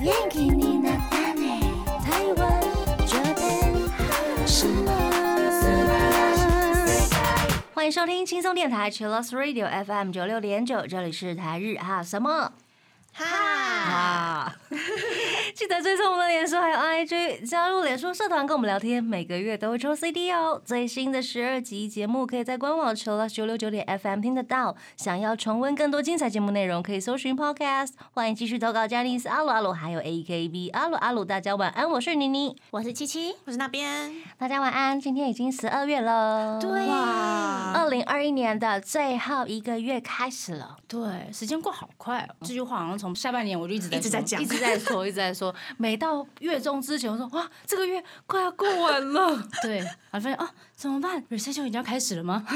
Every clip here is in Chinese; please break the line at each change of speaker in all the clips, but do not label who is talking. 元気になったね台湾这边什么？
欢迎收听轻松电台 Chillus Radio FM 九六点九，这里是台日哈什么
哈，
啊？ 记得追踪我们的脸书还有 IG，加入脸书社团跟我们聊天，每个月都会抽 CD 哦。最新的十二集节目可以在官网 Chillus 九六九点 FM 听得到。想要重温更多精彩节目内容，可以搜寻 Podcast。欢迎继续投稿加丽丝阿鲁阿鲁，还有 AKB 阿鲁阿鲁，大家晚安，我是妮妮，
我是七七，我是那边。
大家晚安。今天已经十二月了，
对
二零二一年的最后一个月开始了，
对，时间过好快哦。这句话好像从下半年我就一直在
一直在
说
讲
一直在说，一直在说。每到月中之前，我说哇，这个月快要过完了。
对，然后发现啊，怎么办？recession 已经要开始了吗？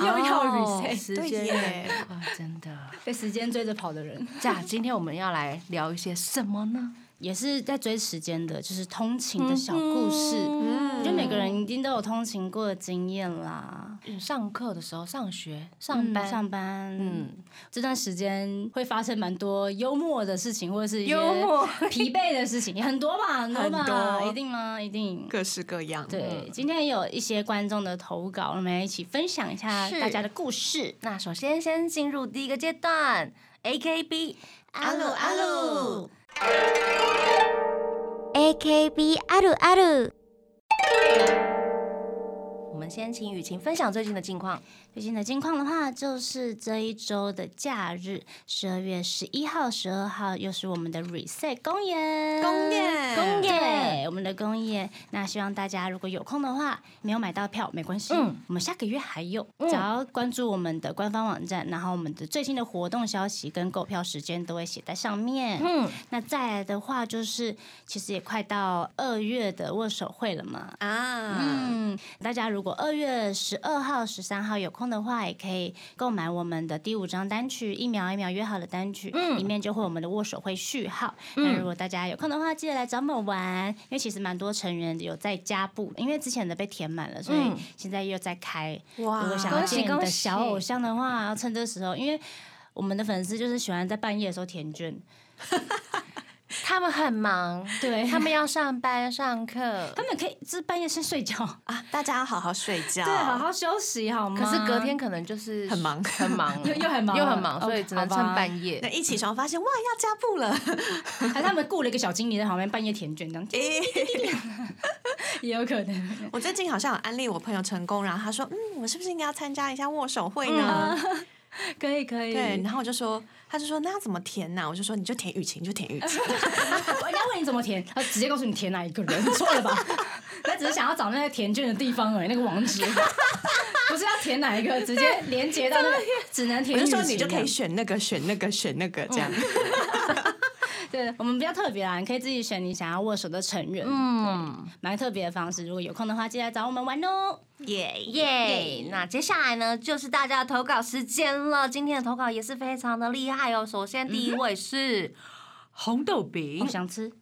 又要
哦
reset，
时
对
间
耶
很快，真的。
被时间追着跑的人，
这样，今天我们要来聊一些什么呢？
也是在追时间的，就是通勤的小故事。我觉得每个人一定都有通勤过的经验啦，
嗯上课的时候，上学、上
嗯
班、
上班，嗯，
嗯，
这段时间会发生蛮多幽默的事情，或者是一些
幽默
疲惫的事情，也很多吧，很多吧，
很多
一定吗？一定，
各式各样。嗯
对，今天有一些观众的投稿，我们一起分享一下
是
大家的故事。
那首先先进入第一个阶段，AKB
阿鲁阿鲁，
AKB あるある
我们先请雨晴分享最近的近况。
最近的近况的话，就是这一周的假日，十二月十一号、十二号又是我们的 Reset 公演，
公演
公演，我们的公演。那希望大家如果有空的话，没有买到票没关系，
嗯
我们下个月还有，
嗯
只要关注我们的官方网站，然后我们的最新的活动消息跟购票时间都会写在上面。
嗯，
那再来的话，就是其实也快到二月的握手会了嘛。
啊，
嗯，大家如果二月十二号、十三号有空的话，也可以购买我们的第五张单曲《一秒一秒约好》的单曲，
嗯
里面就会有我们的握手会序号。那如果大家有空的话，记得来找我们玩，因为其实蛮多成员有在加布，因为之前的被填满了，所以
嗯
现在又在开。
哇
如果想
恭
要
喜
见你
恭
的
喜
小偶像的话，要趁这个时候，因为我们的粉丝就是喜欢在半夜的时候填捐。
他们很忙，
对
他们要上班上课
他，们可以就是半夜先睡觉，啊
啊， 大家要好好睡 觉，
对，好好休息好吗？
可是 隔天可能就是
很忙
很忙
又又很忙
又很忙，
了
所以
OK，
只能趁
好吧
半夜
那。一起床发现哇要加布 了，
还是他们雇了一个小经理在旁边半夜填卷，这样嗯也有可能。
我最近好像有安利我朋友成功，然后他说嗯，我是不是应该要参加一下握手会呢？
嗯可以可以，
对，然后我就说，他就说那要怎么填呢、我就说你就填雨晴，你就填
啊
雨晴。
我人家问你怎么填，他直接告诉你填哪一个人，错了吧？ 他只是想要找那个填卷的地方而已，那个网 址。不是要填哪一个，直接连接到那个，只能
我
填。
就说你就可以。选那个选那个选那个这样。
嗯对我们比较特别啦，你可以自己选你想要握手的成员，
嗯，
蛮特别的方式。如果有空的话，记得来找我们玩哦。
耶
耶！那接下来呢，就是大家的投稿时间了。今天的投稿也是非常的厉害哦。首先第一位 是红豆
我
饼，
想吃，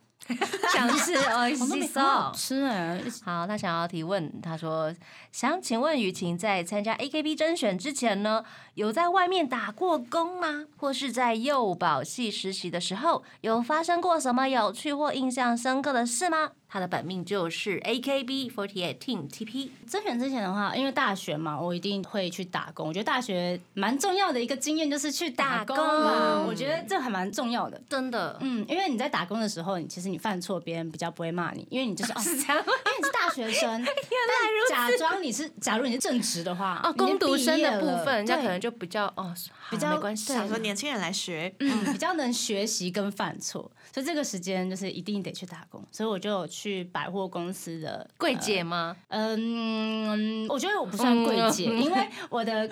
想吃哦，
红豆
吸
饼
收
很。好吃哎，
好，他想要提问，他说：“想请问雨晴，在参加 AKB 甄选之前呢，有在外面打过工吗？或是在幼保系实习的时候，有发生过什么有趣或印象深刻的事吗？”他的本命就是 AKB48 Team TP。
甄选之前的话，因为大学嘛，我一定会去打工。我觉得大学蛮重要的一个经验就是去打工
打
嘛，
工嗯
我觉得这还蛮重要的。
真 的，
嗯，因为你在打工的时候，你其实你犯错，别人比较不会骂你，因为 你就是哦，因
是这样吗
为你是大 学生，但假装你是，假如你是正职的话，
哦，
你已
攻
经
读生
毕业
的部
了
分，人家可
对
能就比较哦，好
比较
没关系，
想说年轻人来学，
嗯，比较能学习跟犯错，所以这个时间就是一定得去打工。所以我就有去百货公司的
柜
呃
姐吗？
嗯，我觉得我不算柜姐，
嗯
因为我的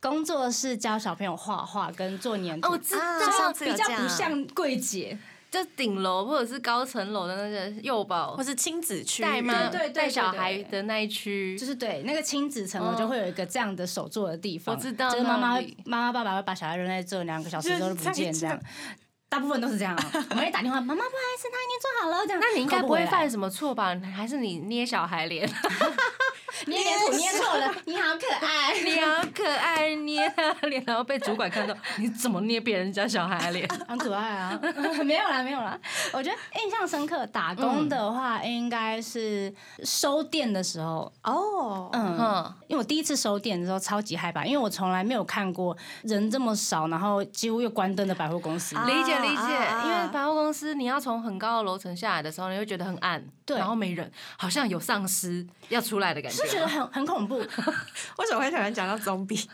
工作是教小朋友画画跟做粘土。
哦，我知
啊
道，
上次
比
有
较
这
不
样
像柜姐，
就顶楼或者是高层楼的那个幼保
或是亲子区
带吗？
对对对
带小孩
对对
的那一区，
就是对那个亲子层，我就会有一个这样的手做的地方。
哦我知道
就是妈妈
那
会
里
妈妈爸爸会把小孩扔在这两个小时之后就不见这样，大部分都是这样啊。我们会打电话，妈妈不好意思，他已经做好了这样。
那你应该
扣
不会
回来
犯什么错吧？还是你捏小孩脸？
捏脸谱捏错 了，你好可爱。
你好 可爱，捏他脸，然后被主管看到，你怎么捏别人家小孩脸？
很可爱啊， 没有啦，没有啦。我觉得印象深刻，打工的话应该是收店的时候，
哦，
嗯，
嗯，
因为我第一次收店的时候超级害怕，因为我从来没有看过人这么少，然后几乎又关灯的百货公司。
啊
理解理解，
啊
因为百货公司你要从很高的楼层下来的时候，你会觉得很暗，
对
然后没人，好像有丧尸要出来的感觉
是觉得
吗，
很很恐怖，
为什么会突然讲到 zombie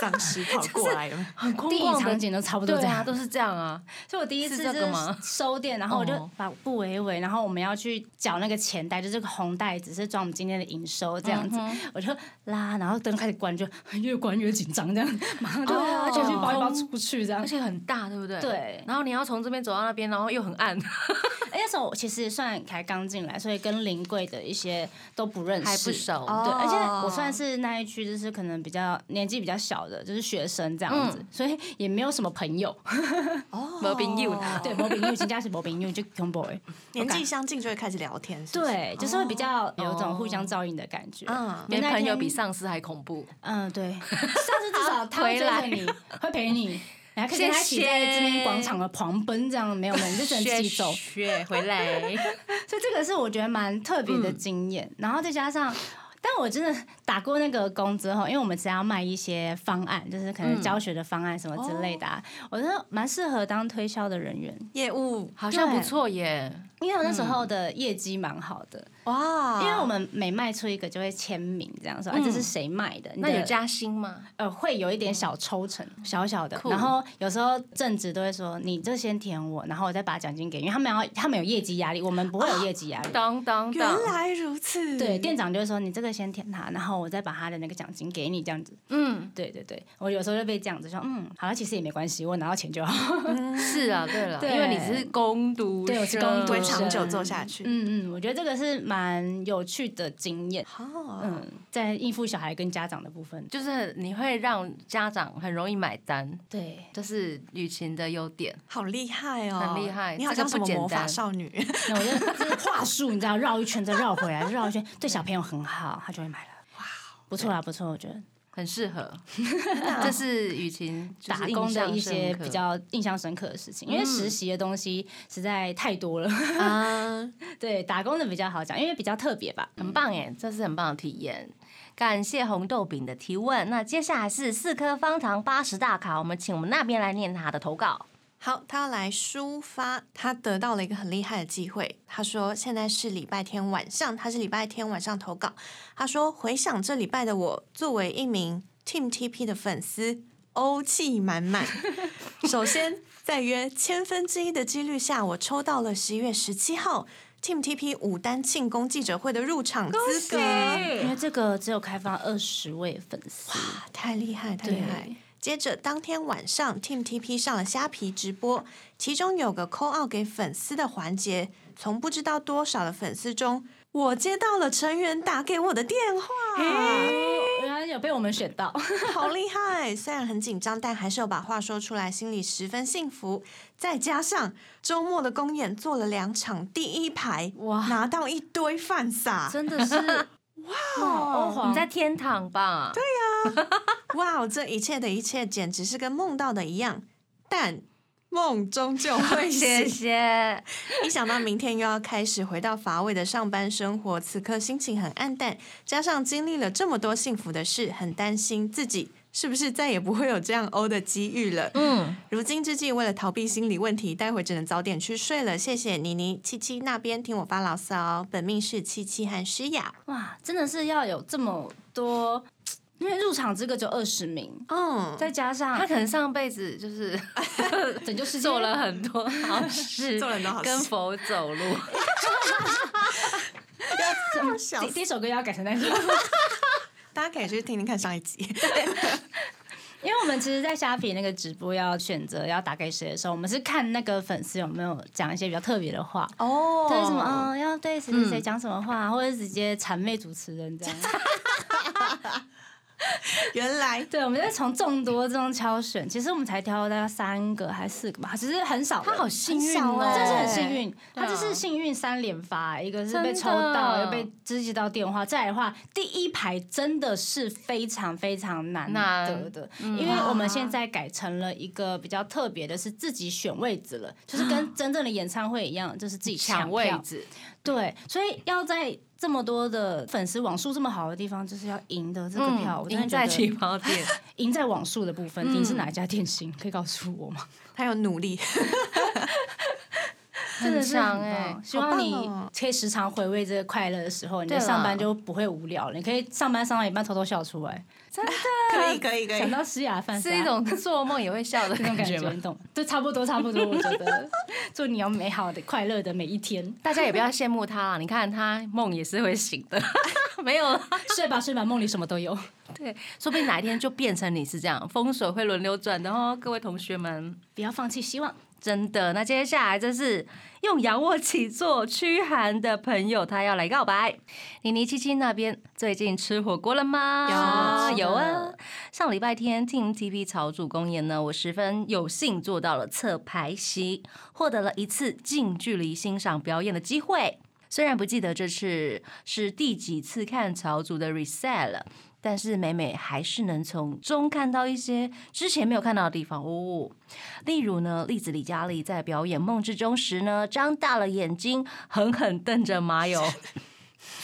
丧尸跑过来了？
很空
第一
旷
场
的。
景都差不多
对
这
啊，
样。
都是这样啊。
所以我第一次
是
就
这个吗
是收店，然后我就
哦
把布围一围，然后我们要去缴那个钱袋，就是这个红袋子，是装我们今天的营收这样子。
嗯
我就拉，然后灯开始关，就 越关越紧张，这样 马上就
对啊而且
就去包一包
很空
出去这样
而。且很大，对不对？
对
然后你要从这边走到那边，然后又很暗，
哎，那时候我其实算才刚进来，所以跟临柜的一些都不认 识，
还不熟。
对，
哦
而且我算是那一区，就是可能比较年纪比较小的，就是学生这样
嗯
子，所以也没有什么朋友。
哦
没朋友啦
对，没朋友，请假是没朋友，就 combo 哎。
年纪相近就会开始聊天，是不是
对，就是会比较有一种
哦
互相照应的感觉。
嗯
没
那
朋友
天
比丧尸还恐怖。
嗯， 对，上次至少他会
回
追
来
着你， 会陪你。你还可以跟他一起在这边广场的狂奔，这样没有没有，你就只能自己走。
学回 来，
所以这个是我觉得蛮特别的经验。然后再加上，但我真的打过那个工之后，因为我们只要卖一些方案，就是可能教学的方案什么之类的、啊，我觉得蛮适合当推销的人员，
业务
好像
对
不错耶。
因为我那时候的业绩蛮好的，
哇，
因为我
哦
们每卖出一个就会签名，这样说、啊这是谁卖的，你
嗯那
的
有加薪吗？
呃，会有一点小抽成，小小的。
酷
然后有时候正职都会说，你这先填我，然后我再把奖金给你，因为他们要他们有业绩压力，我们不会有业绩压力。
当当当
原，来如此，
嗯
对，店长就会说你这个先填他，然后我再把他的那个奖金给你，这样子。
嗯，
对对对，我有时候就被这样子说，嗯，好了，其实也没关系，我拿到钱就好。
是啊，对了，
对
因为你只是攻读生，
对我是攻
不
读
会
生
长久做下去。
嗯嗯，我觉得这个是蛮有趣的经验。
哦，
嗯，在应付小孩跟家长的部分，
就是你会让家长很容易买单，
对，
这是雨晴的优点。
好厉害哦，
很厉害
你好像
这个
什
不
么
简单
魔法少女，
那我就这是话术，你知道，绕一圈再绕回来，绕一圈，对小朋友很好，他就会买了。
哦
哇，不错啦，啊不错，我觉得
很适合， 这是雨晴就是
打
印
工的
象
一些
深刻嗯
比较印象深刻的事情，因为实习的东西实在太多了。
啊，
对，打工的比较好讲，因为比较特别吧。
很棒
嗯
耶，这是很棒的体验。感谢红豆饼的提问。那接下来是四颗方糖八十大卡，我们请我们那边来念他的投稿。
好，他要来抒发，他得到了一个很厉害的机会。他说现在是礼拜天晚上，他是礼拜天晚上投稿。他说回想这礼拜的我，作为一名 Team TP 的粉丝，欧气 满满。首先，在约千分之一的几率下，我抽到了十一月十七号 Team TP 五单庆功记者会的入场资格。
嗯
因为这个只有开放二十位粉丝，
啊太厉害，太厉害
对！
接着当天晚上，Team TP 上了虾皮直播，其中有个 call out 给粉丝的环节，从不知道多少的粉丝中，我接到了成员打给我的电话，
原来有被我们选到。
好厉害！虽然很紧张，但还是有把话说出来，心里十分幸福。再加上周末的公演做了两场，第一排
哇
拿到一堆饭撒，
真的是哇，欧皇
你在天堂吧？对，
哇哦，这一切的一切简直是跟梦到的一样，但梦终究 会
谢
醒。
谢。
一想到明天又要开始回到乏味的上班生活，此刻心情很暗淡，加上经历了这么多幸福的事，很担心自己是不是再也不会有这样欧的机遇了。
嗯，
如今之计，为了逃避心理问题，待会只能早点去睡了。谢谢妮妮、七七那边听我发牢骚，哦本命是七七和诗雅。
哇，真的是要有这么多，因为入场资格就二十名，
嗯，
再加上
他可能上辈子 就是
拯救世界
做了很多好事，
做了很多好事
跟佛走路。
笑
第
死
第一首歌要改成那首。
大家可以去听听看上一集。
因为我们其实，在虾皮那个直播要选择要打给谁的时候，我们是看那个粉丝有没有讲一些比较特别的话，
哦嗯
对什么嗯、呃要对谁谁谁讲什么话，或者直接谄媚主持人这样。
原来
对，我们就从众多中挑选，其实我们才挑大概三个还是四个吧，其实很少人。
他好幸运
很少
哦
真的是很幸运。
对啊
他就是幸运三连发，欸一个是
真的
被抽到，又被直接到电话。再来的话，第一排真的是非常非常难得
难嗯
的，因为我们现在改成了一个比较特别的，是自己选位置了，就是 跟真正的演唱会一样，就是自己
抢
票
位置，
对，所以要在这么多的粉丝网数这么好的地方，就是要赢得这个票。我真
嗯
的
赢
觉
在
得
起跑点，
赢在网速的部分，您是哪一家电信？ 可以告诉我吗？
他有努力，
真的是
强
很
欸
棒，希望你
好棒哦
可以时常回味这个快乐的时候，你
对
的
啦
上班就不会无聊了。你可以上班上到一半偷偷笑出来，
可 以可以可
想
以，
到吃雅饭
是一种做梦也会笑的
那种
感
感
觉
觉，
吗？
你懂？对，差不多差不多，我觉得 祝你有美好的快乐的每一天。
大家也不要羡慕他啦，你看他梦也是会醒的， 没有啦，
睡吧睡吧，梦里什么都有。
对，说不定哪一天就变成你是这样，风水会轮流转的哦，各位同学们。
不要放弃希望，
真的，那接下来这是用仰卧起坐驱寒的朋友，他要来告白。妮妮七七那边最近吃火锅了吗？
有
有啊
是的。
上礼拜天 Team TP 草主公演呢，我十分有幸做到了侧排席，获得了一次近距离欣赏表演的机会。虽然不记得这次是第几次看草组的 reset 了，但是每每还是能从中看到一些之前没有看到的地方哦。例如呢，栗子李佳丽在表演《梦之中》时呢，张大了眼睛，狠狠瞪着麻友。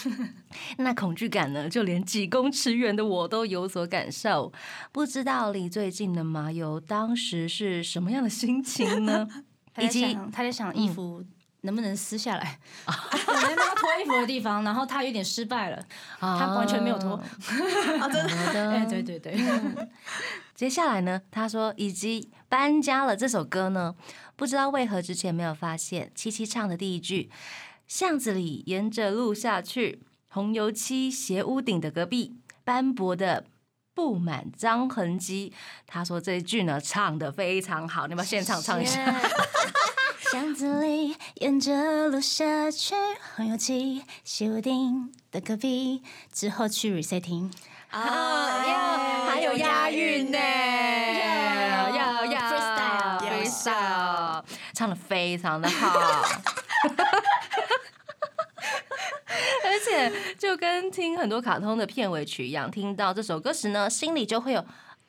那恐惧感呢，就连几公尺远的我都有所感受。不知道离最近的麻友当时是什么样的心情呢？
他在
以及
想他在想衣服能不能撕下 来，我在那脱衣服的地方，然后他有点失败了，
啊
他完全没 有 脱。
好的，
哎，对对对，
接下来呢，他说以及搬家了这首歌呢，不知道为何之前没有发现，七七唱的第一句“巷子里沿着路下去，红油漆斜屋顶的隔壁，斑驳的布满脏痕迹”，他说这一句呢唱的非常好，你要不要现场唱一下？
巷子里沿着路下去，很有气，西屋顶的隔壁，之后去 resetting。
哎
啊要还有押韵呢，要要要
freestyle
freestyle，唱的非常的好。 而且就跟听很多卡通的片尾曲一样，听到这首歌时呢，心里就会有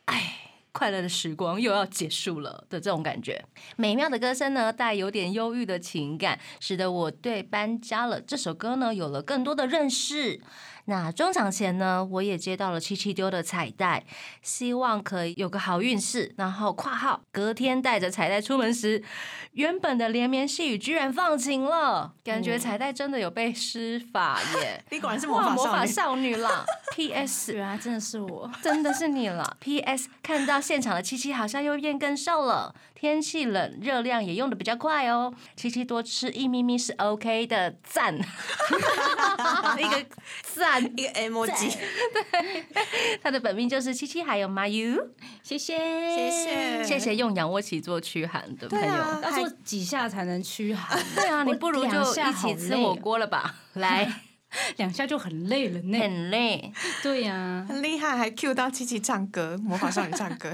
哎。快乐的时光又要结束了的这种感觉，美妙的歌声呢，带有点忧郁的情感，使得我对《搬家了》这首歌呢有了更多的认识。那中场前呢，我也接到了七七丢的彩带，希望可以有个好运势。然后（括号）隔天带着彩带出门时，原本的连绵细雨居然放晴了，感觉彩带真的有被施法耶！
你果然是魔
哇，
法
魔
少
法
女，
少女啦！P.S.
来啊真的是我，
真的是你了。P.S. 看到现场的七七好像又变更瘦了，天气冷，热量也用的比较快哦。七七多吃一咪咪是 OK 的，赞！ 一个赞。
一个 M G，
他的本命就是七七，还有麻油。
谢谢
谢谢
谢谢用仰卧起坐驱寒的朋友。
对啊
要做几下才能驱 寒？
对啊，你不如就
两下
一
好
起吃
累哦
火锅了吧？来，
两下就很累了呢。
很累，
对呀，
很厉害，还 Q 到七七唱歌，魔法少女唱歌，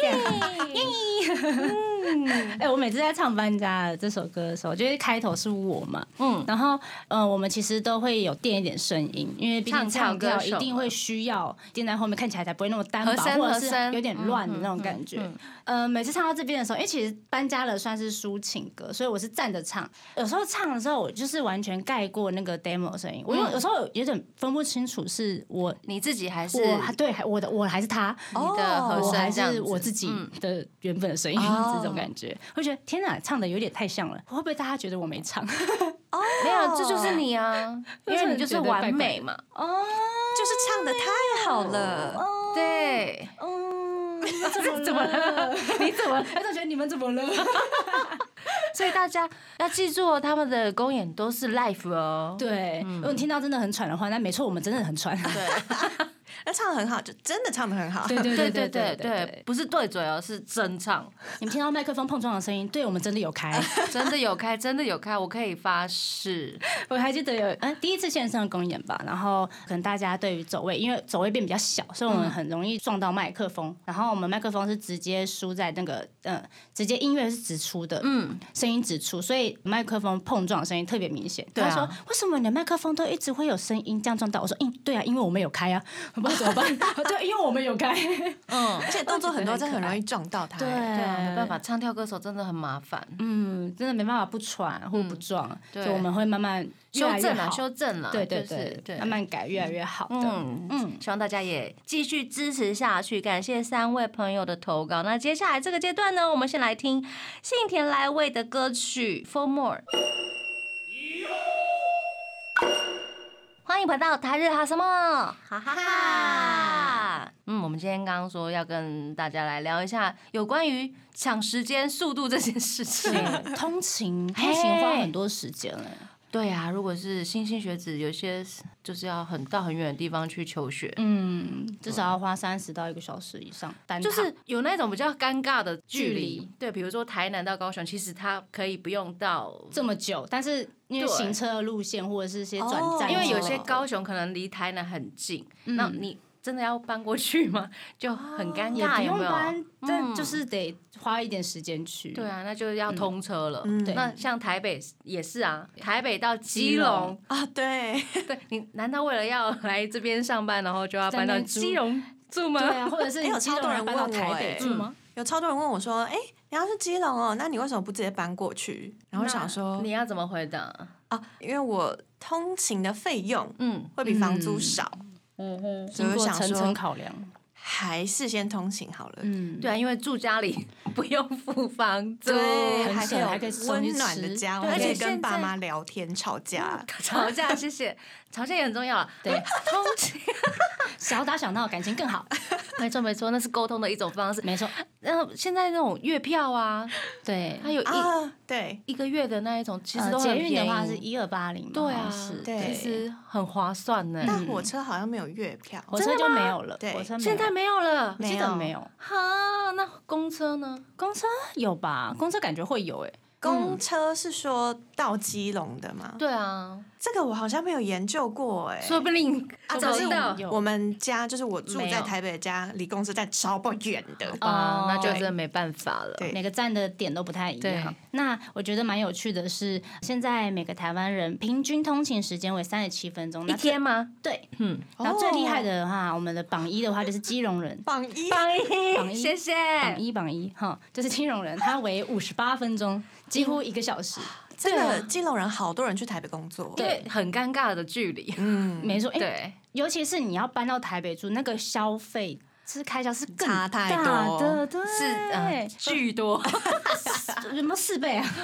哎，我每次在唱《搬家》这首歌的时候，就是开头是我嘛，
嗯，
然后，呃，我们其实都会有垫一点声音，因为毕
唱
竟
跳
唱
歌
跳
手
一定会需要垫在后面，看起来才不会那么单薄
和，声
或者
和声
是有点乱的那种感觉。
嗯
呃，每次唱到这边的时候，因为其实搬家了算是抒情歌，所以我是站着唱。有时候唱的时候，我就是完全盖过那个 demo 的声音，我有、
嗯
有时候有点分不清楚是我。
你自己还是哦
我对我的我还是他，
你的和
我还
声这样
是
子，
我自己
嗯
的原本的声音，
哦
这种感觉，会觉得天哪，唱的有点太像了，会不会大家觉得我没唱？
没有，这就是你啊，因为你就是完美嘛。
哦，
就是唱的太好了，
对，
嗯，怎么了？ 你怎么了？他觉得你们怎么了？
所以大家要记住哦，他们的公演都是 live 哦。
嗯对，如果你听到真的很喘的话，那没错，我们真的很喘。对，
那唱的很好，就真的唱的很好。
对对
对
对
对
对对，
不是对嘴哦，是真唱，
你们听到麦克风碰撞的声音，对我们真的有 开。
真的有开，真的有开，我可以发誓。
我还记得有嗯第一次线上公演吧，然后可能大家对于走位，因为走位变比较小，所以我们很容易撞到麦克风。然后我们麦克风是直接输在那个呃，直接音乐是直出的，嗯，声音直出，所以麦克风碰撞的声音特别明显。
对啊
他说为什么你的麦克风都一直会有声音这样撞到？我说嗯，对啊，因为我们有开啊，我不知道怎么 办。对，因为我们有开。
嗯，
而且动作很多，真的很容易撞到他。
对啊，没办法，
呃
唱跳歌手真的很麻烦。
嗯，真的没办法不喘或不撞，
对
所以我们会慢慢越
修
来越
正了，
好
修正了，
对对
就是
对，
对，
慢慢改越来越好的。
嗯嗯，希望大家也继续支持下去，感谢三位朋友的投稿。那接下来这个阶段呢，我们先来听信田来未的歌曲《For More》。欢迎回到台日哈什么，哈哈哈！嗯，我们今天刚刚说要跟大家来聊一下有关于抢时间、速度这件事情。
对， 通勤通勤花很多时间嘞、
对呀、如果是新兴学子，有些就是要很到很远的地方去求学，
嗯，至少要花三十到一个小时以上单
就
趟
是有那种比较尴尬的距
嗯距
离
离。
对，比如说台南到高雄，其实它可以不用到。
这么久，但是因
对
为行车的路线或者是一些转
哦
站之类的，
因为有些高雄可能离台南很近，
嗯
那你真的要搬过去吗？ 就很尴
哦也
尬，
不
有
用
没有？
搬，但就是得花一点时间去。
对啊，那就要通车了。
嗯
对
那像台北也是啊，台北到基
基隆
隆，
啊，对，
对你难道为了要来这边上班，然后就要搬到
在那租
基隆住吗？
对啊，或者是
哎有
你基
超
隆
多
人
人
搬到
问我
台
哎
北住吗？
有超多人问我说：“哎、你要是基隆哦，那你为什么不直接搬过去？”然后我想说
你要怎么回答？
啊，因为我通勤的费用
嗯，
会比房租少，
嗯哼，
所以
经
我
过
想
层
说
层考量，
还是先通勤好了。
嗯，
对啊，因为住家里不用付房租，
对，
很
还可以
省还可以
有
送去
温暖的
吃
家，我
对
可以
而且现
跟爸
在
妈聊天、吵架。
吵 架谢谢，吵架也很重要啊。
对，
通勤，
小打小闹感情更好，
没错没错，那是沟通的一种方式。
没错，
然后现在那种月票啊，
对。
它有一、
啊，对，
一个月的那一种，其实
呃
都很
捷运
便
的
宜。
话是一二八零，
对啊
好像是
对
其实很划算呢。
但火车好像没有月票，
火车就没有了，
对
火车没有
现在没有了
我，记
没有
得没有，
哈，那公车呢？
公车有吧？公车感觉会有哎、
公车是说到基隆的吗？
对啊，
这个我好像没有研究过哎、
说不定
啊，
找
可是
不到
有
我们家就是我住
没
在
有
台北的家，离公司站超不远的。
啊，那就
对
真的没办法了。
对
每个站的点都不太一
对
样。那我觉得蛮有趣的是，现在每个台湾人平均通勤时间为三十七分钟，
一
那最
天吗？
对。
嗯，
然后最厉害
哦
的话，我们的榜一的话就是基 隆人，
榜一，
榜一
谢谢。
榜一榜一哈，就是基隆人，他为五十八分
嗯
钟，几乎一个小时。
真的基隆人好多人去台北工作，
因为很尴尬的距离。
嗯，
没错，因为
对，
尤其是你要搬到台北住，那个消费是开销是更
差太多
大的，对，
是呃，巨多，
有没有四倍啊？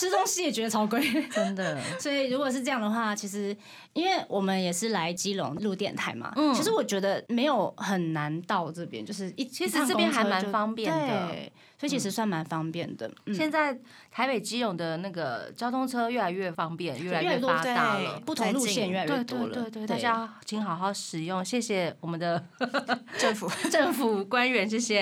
吃东西也觉得超贵。
真 的。
所以如果是这样的话，其实因为我们也是来基隆录电台嘛，
嗯
其实我觉得没有很难到这边，就是一
其实
一趟
这边
公车
还蛮
就
方便的嗯
对，所以其实算蛮方便的。嗯
现在台北基隆的那个交通车越来越方便，越来越发达
对
了。
不同路线越来
对
越多
对
了，
对对，大家请好好使用，谢谢我们 的
政府
政府官员，谢谢，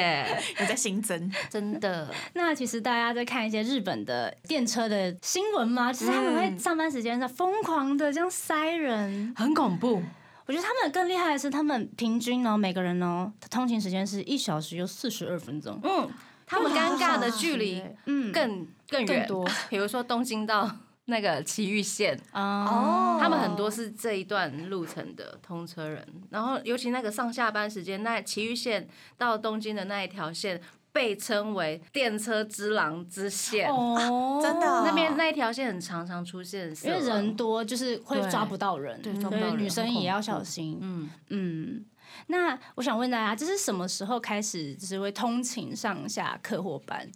也在新增，
真的，
那其实大家在看一些日本的电车的新闻嘛，就是他们会
嗯
上班时间在疯狂的这样塞人。
很恐怖，
我觉得他们更厉害的是，他们平均哦，每个人哦，通勤时间是一小时有四十二分钟，
嗯，他们尴尬的距离
嗯，
更更远
更 多，
比如说东京 到那个崎玉县，
哦，
他们很多是这一段路程的通车人，然后尤其那个上下班时间，那崎玉线到东京的那一条线被称为电车之狼之线，
哦
真的哦
那边那一条线很常常出现色
因
狼，
为人多，就是会
对
抓不到人，
对
嗯
抓不
所以
到人
女生也要
很恐怖
小心。
嗯
嗯，那我想问大家，这是什么时候开始就是会通勤上下课或班？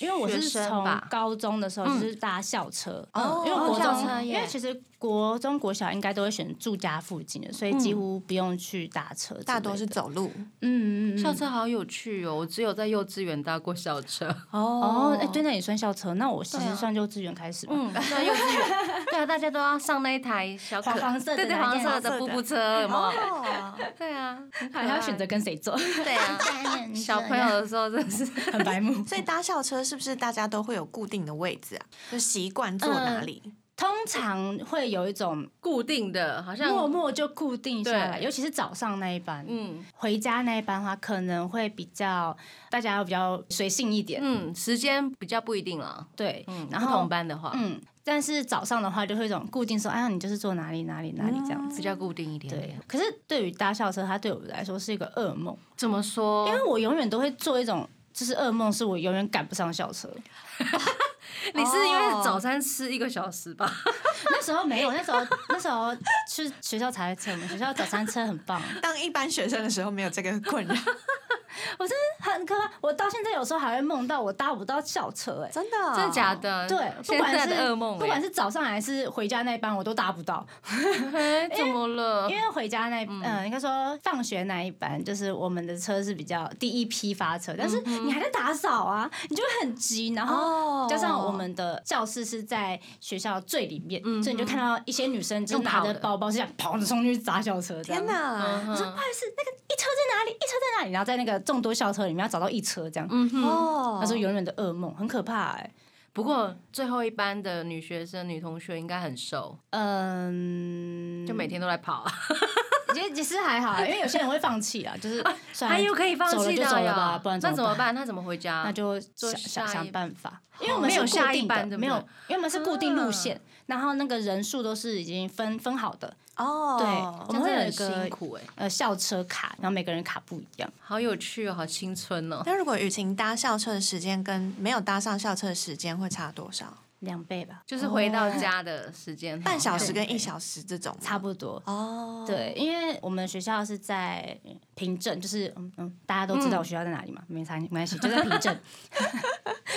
因为我是
学生
从
吧嗯
高中的时候就是搭校车，
哦
嗯因为
哦
国
校
中、
车耶
因为其实国中国小应该都会选住家附近的，
嗯
所以几乎不用去搭车之类的，
大多是走路。
嗯嗯嗯
校车好有趣哦！我只有在幼稚园搭过校车，
哦，哎、对，那也算校车，那我其
对啊
实算幼稚园开始吧。
嗯，对，幼稚园，对啊，大家都要上那一台小可
黄黄色的
对对，
那个
黄色
黄色
的
的
步步车，有没有？
哦，
对 啊，很可
还要
爱
选择跟谁坐，
对啊， 小朋 友的时候真的是
很白目。
所以搭校车是不是大家都会有固定的位置啊？就习惯坐哪里？
通常会有一种
固定的，好像
默默就固定下来，
对
尤其是早上那一班，
嗯
回家那一班的话，可能会比较大家要比较随性一点，
嗯，时间比较不一定了。
对，
嗯，
然
不
后
同班的话，
嗯，但是早上的话就会有一种固定说，哎呀，你就是坐哪里哪里哪里这样子。
比较固定一点
对
点。，
可是对于搭校车，它对我来说是一个噩梦，
怎么说？
因为我永远都会做一种，就是噩梦，是我永远赶不上校车。
你是因
哦
为早餐吃一个小时吧？
那时候没有，那时候那时候去学校才会车，我们学校早餐车很棒，
当一般学生的时候没有这个困扰，
很可怕。我到现在有时候还会梦到我搭不到校车、哎，
真的哦、
真的假的？
对，不
现在
管是
的噩梦，欸
不管是早上还是回家那一班，我都搭不到，
哎怎么了
因？为回家那嗯、应该说放学那一班，就是我们的车是比较第一批发车，但是
嗯
你还在打扫啊，你就会很急，然
哦
后加上我们的教室是在学校最里面，所以你就看到一些女生就
嗯用
拿
跑
着
的
包包就想跑着冲进去砸校车，这样
天！哪！
嗯
我说不好意思，那个一车在哪里？一车在哪里？然后在那个众多校车里面要找到一车这样，
嗯哼，
哦，
那是永远的噩梦，很可怕哎、
不过最后一班的女学生、女同学应该很瘦，
嗯，
就每天都在跑。
也也是还好 啊，因为有些人会放弃 啊，就是算了
还有可以放
走了
弃
就
的
走了
呀
吧，不然
那怎么
么办？
办？那怎么回家？
那就
做
想想
下一哦
想办法，因为我们
没
是
有
固
下一
定
班
的，
对不
没有
对，
因为我们是固定
啊
路线，然后那个人数都是已经分分好的，
哦，
对，我
这样
们
真
会
的
有
很
一
辛
个
苦哎，
呃校车卡，然后每个人卡不一样，
好有趣哦，好青春哦。
那如果雨晴搭校车的时间跟没有搭上校车的时间会差多少？
两倍吧，
就是回到家的时
哦
间，
半小时跟一小时这种吗
差不多。
哦。
对，因为我们学校是在平镇，就是嗯嗯，大家都知道我学校在哪里嘛，没差没关系，就在平镇。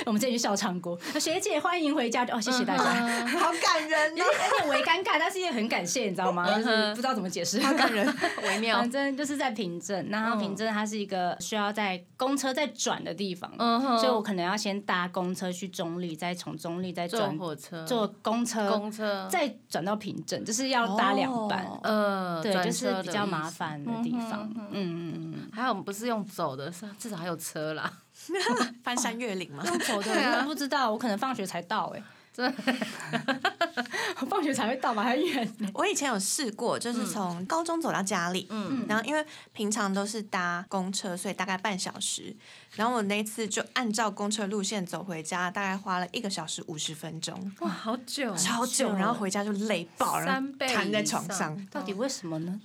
我们之前去校唱过，学姐欢迎回家，就哦谢谢大
嗯
家，
好感 人哦，
有点微尴尬，但是也很感谢，你知道吗？就是不知道怎么解释。
好感人。
微妙
反。正就是在平镇，然后平镇它是一个需要在公车再转的地方，
嗯哼，
所以我可能要先搭公车去中立，再从中立再
坐
转
火车，
坐公车，
公车，
再转到平镇，就是要搭两班。
哦
呃，
对，
转
就是
车的
比较
意思
麻。烦的地方。嗯嗯嗯嗯，
还好我们不是用走的，是至少还有车啦。
翻山越岭嘛，
走的我都不知道，我可能放学才到 哎、
真的，
我放学才会到嘛，还远呢。
我以前有试过，就是
嗯
从高中走到家里，嗯，然后因为平常都是搭公车，所以大概半小时。然后我那次就按照公车路线走回家，大概花了一个小时五十分钟，
哇，好久，
哦
超久。然后回家就累爆，然
三
后
倍
躺在
以
床
上
上。
到底为什么 呢？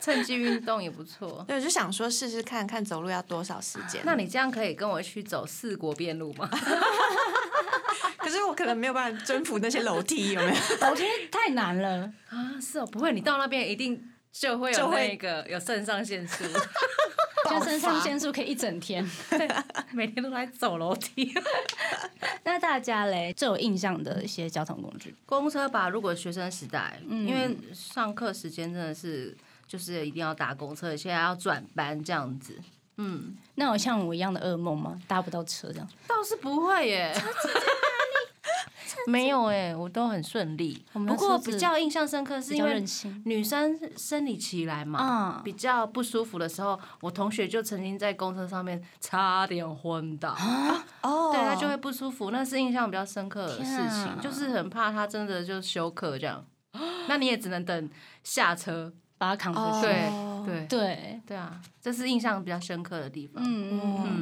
趁机运动也不错。
对，我就想说试试看看走路要多少时间。
那你这样可以跟我去走四国遍路吗？
可是我可能没有办法征服那些楼梯，有没 有？
楼梯太难了，
啊，是哦，不会，你到那边一定就会
就
有
会
那个有肾上腺 素，
像身上腺素可以一整天。
每天都来走楼梯。
那大家嘞，最有印象的一些交通工具，
公车吧，如果学生时代，
嗯
因为上课时间真的是就是一定要搭公车，而且还要转班这样子。嗯，
那有像我一样的噩梦吗？搭不到车这样？
倒是不会耶。 没有哎、我都很顺利。
我
不
们的
过
车子
比较印象深刻是
比
因
较
为
任性
女生生理期来嘛，
嗯
比较不舒服的时候，我同学就曾经在公车上面差点昏倒。
哦
对他就会不舒服，那是印象比较深刻的事情，
天啊
就是很怕他真的就休克这样。 那你也只能等下车，
把它扛回
哦
去。
对对
对，
对啊，这是印象比较深刻的地方。
嗯，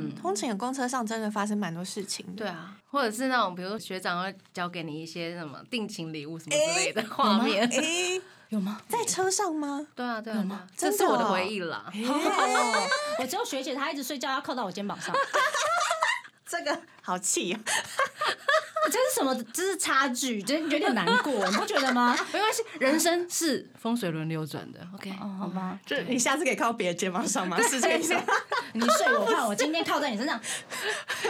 嗯，通勤的公车上真的发生蛮多事情的。
对啊，或者是那种，比如说学长会交给你一些什么定情礼物什么之类的画面，
诶，
有吗？
在车上吗？
对啊对啊，对啊这
真的
是我的
哦
回忆啦。
哦， 我只有学姐她一直睡觉要靠到我肩膀上，
这个好气、哦，
这是什么？这是差距，真有点难过，你不觉得吗？
没关系，人生是风水轮流转的。OK，
哦，好吧，
就你下次可以靠别的肩膀上吗？试这一下。
你睡我怕我今天靠在 你身上。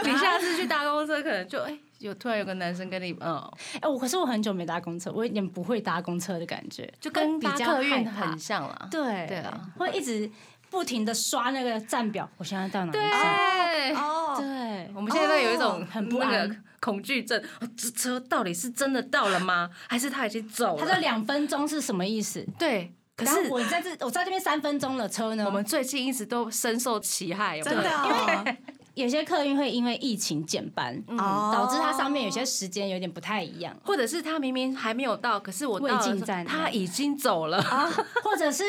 你下次去搭公车，可能就哎、有突然有个男生 跟你，嗯，
哎、我可是我很久没搭公车，我有点不会搭公车的感觉，
就跟
比
搭
较
客
害
运
怕
很像啦。
对
对啊，
会一直不停的刷那个站表，我现在到哪里站？
对，
哦，
对，
我们现在都有一种
哦很不
那个
安
恐惧症，啊这车到底是真的到了吗？还是他已经走了？
他这两分钟是什么意思？
对，可
然后
是
我在这，我在这边三分钟了，车呢？
我们最近一直都深受其害，有没
真
有
的哦，
有些客运会因为疫情减班，
嗯
嗯
哦
导致它上面有些时间有点不太一样，
或者是他明明还没有到，可是我
未
到了
进
之后
站
他已经走了。
或者是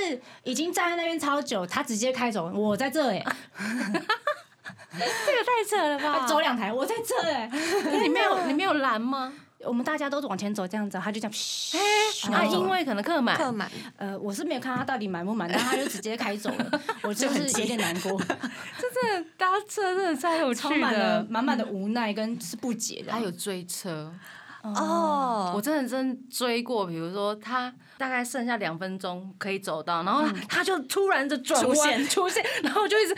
已经站在那边超久，他直接开走，我在这哎、
这个太扯了吧
走两台，我在这哎、
你没有你没有拦吗？
我们大家都往前走这样子，他就这样，嘘
啊，
然后走
因为可能客满，
客满
呃，我是没有看他到底买不买，但他就直接开走了，我 就是有点难过，
嗯真的 搭车真的太有
充
趣
满了
了。
满满的无奈跟是不解的。
还有追车，
哦，
我真的真追过，比如说他大概剩下两分钟可以走到，然后他他就突然的转
出
弯
现
嗯 出现，然后我就一直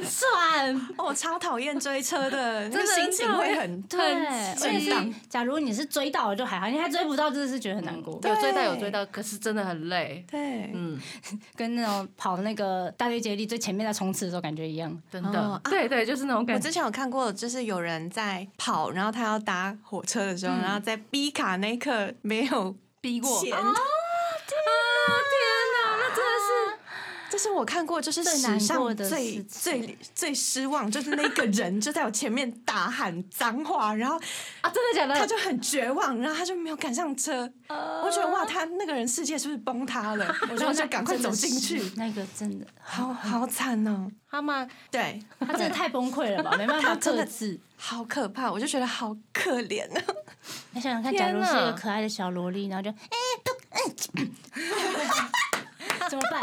喘，
哦我超讨厌追车 的，那
真
个
的
心情会很
对，而且
震荡
是假如你是追到了就还好，你还追不到，真的是觉得很难过。
有追到有追到，可是真的很累。
对，
嗯，
跟那种跑那个大队接力最前面在冲刺的时候感觉 一样。
真
哦
的，
啊
对对，就是那种
我
感觉
之。前有看过，就是有人在跑，然后他要搭火车的时候，然后在逼卡那一刻没有
逼过，
钱，
那真的是
这是我看过就是史
最难
上
过的
最
事
最最失望，就是那个人就在我前面大喊脏话，然后
啊，真的假
他
的？
就很绝望，然后他就没有赶上车。
呃
我觉得哇，他那个人世界是不是崩塌 了？然后就赶快走进去，
那个真的，
好好惨哦。
他嘛，
对，
他真的太崩溃了吧，没办法
他真
克
的
制。
好可怕，我就觉得好可怜啊。
你想想看，假
天
如
哪
是一个可爱的小萝莉，然后就哎，都怎么办？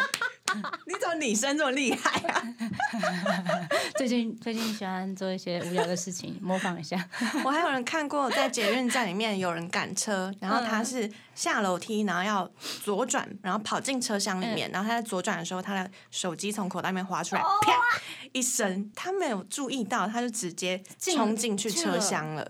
你怎么女生这么厉害啊？
最近最近喜欢做一些无聊的事情，模仿一下。
我还有人看过，在捷运站里面有人赶车，然后他是下楼梯，然后要左转，然后跑进车厢里
嗯
面，然后他在左转的时候，他的手机从口袋里面滑出来，
哦
啪一声，他没有注意到，他就直接冲进去车厢 了，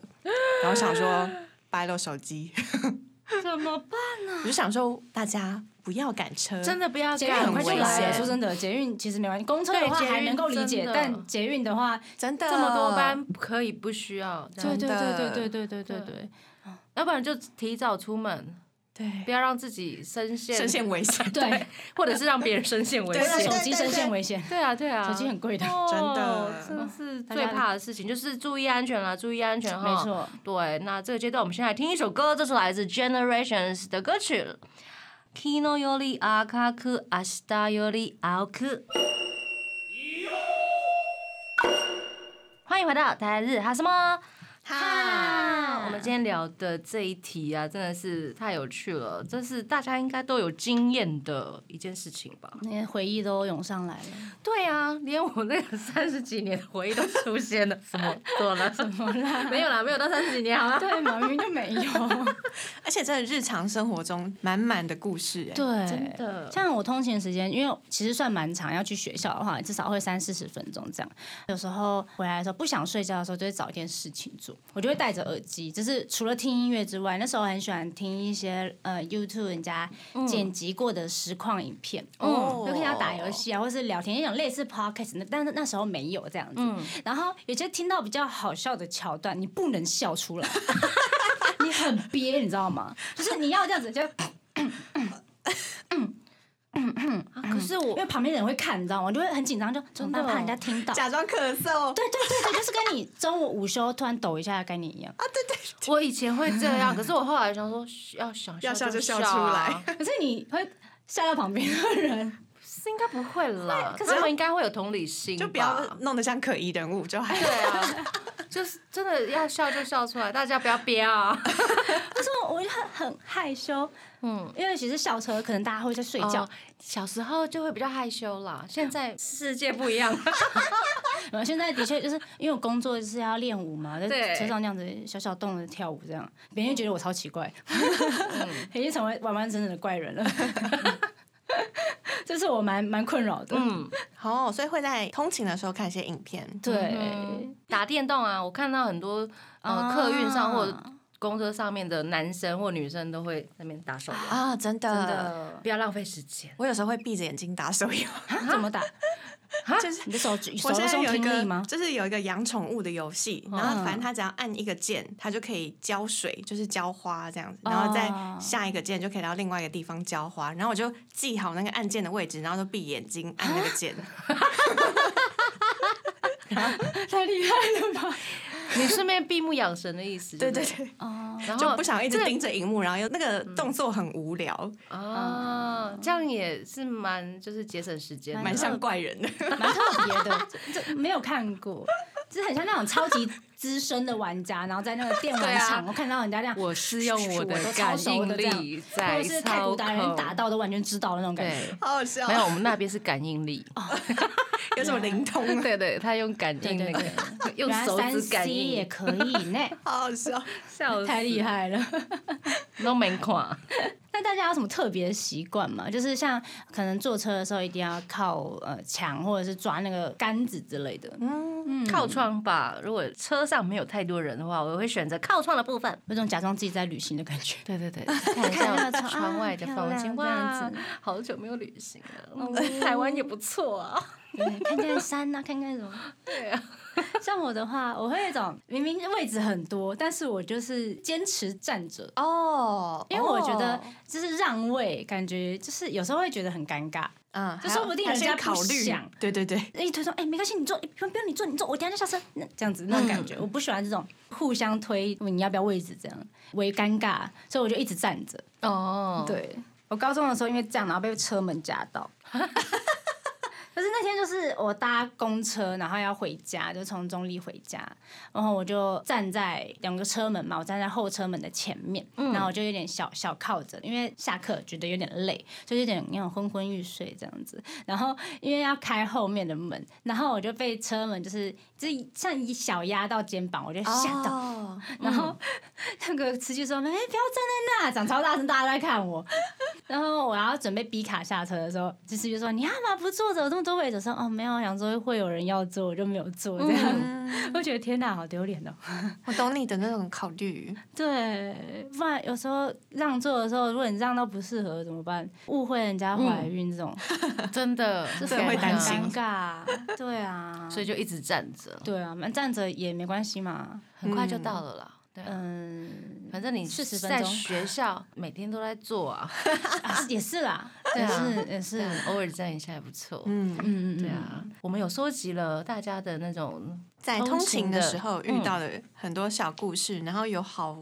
然后想说掰了手机，
怎么办？啊
我就想说大家不要赶车，
真的不要
捷运
干，
很快就
危
来了，
险
说真的，捷运其实没关系，公车的话
对捷运
还能够理
真
解
的，
但捷运的话，
真的
这么多，班可以不需要，这
对
样
对
真
对
的
对对对对对对，
要不然就提早出门，
对
不，要让自己深陷，
深陷危险，
对，
或者是让别人深陷危
对
让
险
手。机深陷危险，
对啊，对啊，
手机很贵的，
哦
真的
真的是
大
最
家
怕的事情，就是注意安全啦，注意安全哈。
没错，
对，那这个阶段我们先来听一首歌，这是来自 Generations 的歌曲。Kino yori akaku, ashita yori aoku。欢迎回到台日哈什么？
哈
我们今天聊的这一题啊，真的是太有趣了，这是大家应该都有经验的一件事情吧？
那些回忆都涌上来了。
对啊，连我那个三十几年的回忆都出现了， 什么怎么了？什么啦？ 没有啦，没有到三十几年，好吗？
对，马云就没有。
而且在日常生活中满满的故事、哎，
对，
真的
像我通勤时间，因为其实算蛮长，要去学校的话，至少会三四十分钟这样。有时候回来的时候不想睡觉的时候，就会找一件事情做，我就会戴着耳机，就是除了听音乐之外，那时候很喜欢听一些呃 YouTube 人家
嗯
剪辑过的实况影片，
哦
嗯，就可以要打游戏啊，或是聊天，那种类似 podcast，那但是那时候没有这样子。
嗯
然后有些听到比较好笑的桥段，你不能笑出 来。你很憋，你知道吗？就是你要这样子，就
啊可是
因
我
为旁边的人会看，你知道吗？我就会很紧张，就怎么
真的
办
哦
怕人家听到。对
假装咳嗽，
对对对，就是跟你中午午休突然抖一下的概念一样。
我以前会这样，可是我后来想说，要想
要笑
就
就笑
啊
出来，
可是你会吓到旁边的人，
是应该不会啦。
是
他们应该会有同理心吧，
就不要 弄得像可疑人物就还
对啊，就是真的要笑就笑出来，大家不要憋啊。
可是我我就很很害羞，
嗯
嗯，因为其实校车可能大家会在睡 觉
哦，小时候就会比较害羞啦，现在世界不一样，
没有现在的确就是因为我工作是要练舞嘛，在
对
车上那样子小小动的跳舞这样，别人就觉得我超奇怪， 已经成为完完整整的怪人 了。这是我蛮蛮困扰的，
嗯，
哦，所以会在通勤的时候看一些影片。
对，啊
打电动啊，我看到很多呃
哦
啊
客运上或者
嗯
公车上面的男生或女生都会在那边打手游，
啊，真的，
真的
不要浪费时间。
我有时候会闭着眼睛打手游。
啊怎么打？啊
就是
你的手指手
我现
是
在
用
有一
听力吗嗯
个，？就是有一个养宠物的游戏，然后反正它只要按一个键，它就可以浇水，就是浇花这样子，然后再
哦
下一个键就可以到另外一个地方浇花。然后我就记好那个按键的位置，然后就闭眼睛按那个键。
太厉害了吧！
你顺便闭目养神的意思，
对
对
对
不
对，
对，然
就
后
不想一直盯着荧幕，然后又那个
嗯
动作很无聊，
啊，这样也是蛮就是节省时间的，
蛮
嗯
像怪人的。
蛮特别的，这这没有看过，就是很像那种超级资深的玩家，然后在那个电玩场，
对啊
我看到人家这样，
我是用我
我都
的
超
感
熟
应
的这样
力
或
在
者是太
操
古达人
控，
打到都完全知道的那种感觉。
对，
好好笑
没有，我们那边是感应 力，
有什么灵通啊？
对对，他用感
对
应
对
那
对
个，用
原来
手
三
指
C
感
也
应，
可以呢，
好好笑。
笑死
太厉害了。
都没 看。
那大家有什么特别的习惯吗？就是像可能坐车的时候一定要靠呃墙或者是抓那个杆子之类的。嗯
靠窗吧，如果车上没有太多人的话，我会选择靠窗的部分。
有种假装自己在旅行的感觉。
对对对，看一
看
下
那个窗
窗外的风景，
啊漂亮这
哇
样子，哦
好久没有旅行了，台湾也不错啊。
对，哎看看山呐、看看什么。
对啊，
像我的话，我会有一种明明位置很多，但是我就是坚持站着，
哦，
因为我觉得就是让位，感觉就是有时候会觉得很尴尬。
嗯，
就说不定
还
人
要
家
还要先考
不想
虑。对对对，
一推说，哎、没关系，你坐，不用不用，你坐，你坐，我等一下就下车，那这样子那种感
嗯
觉，我不喜欢这种互相推，你要不要位置这样，为尴尬，所以我就一直站着。
哦，
对我高中的时候，因为这样，然后被车门夹到。 就是那天，就是我搭公车，然后要回家，就从中立回家，然后我就站在两个车门嘛，我站在后车门的前面，然后我就有点小小靠着，因为下课觉得有点累，就有点那种昏昏欲睡这样子。然后因为要开后面的门，然后我就被车门就是就是像一小压到肩膀，我就吓到，
哦，
然
嗯
后、 那个司机说：“哎、不要站在那，讲超大声，大家在看我。”然后我要准备逼卡下车的时候，司机就说：“你干嘛不坐着？有这么多位置？”我说：“哦，没有，想说会有人要坐，我就没有坐。”这样，
嗯
我觉得天哪，好丢脸哦。
我懂你的那种考虑。
对，不然有时候让座的时候，如果你让到不适合怎么办？误会人
嗯
家怀孕这 种，
真的，
真的会
很
担心
尴尬。对啊，
所以就一直站着，
对啊，那站着也没关系嘛。
很快就到了啦。对啊，
嗯，
反正你
40分
在
钟
学校每天都在做啊，
啊也是啦，
对
也
啊
是也是，
对
嗯
啊偶尔站一下也不错。
嗯，
嗯嗯，
对啊，我们有收集了大家的那种
在
通
通
勤
勤的
的
时
嗯
候遇到的很多小故事，然后有好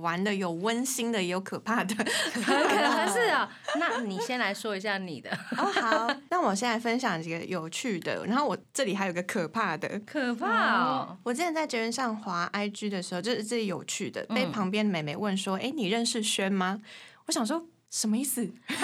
玩的，有温馨的，也有可怕的。
可能是啊，那你先来说一下你的
哦，好， 那我现在分享几个有趣的，然后我这里还有个可怕的。
可怕哦，
我之前在捷运上滑 IG 的时候，就是这有趣的，
嗯
被旁边的妹妹问说：“哎、你认识轩吗？”我想说什么意思？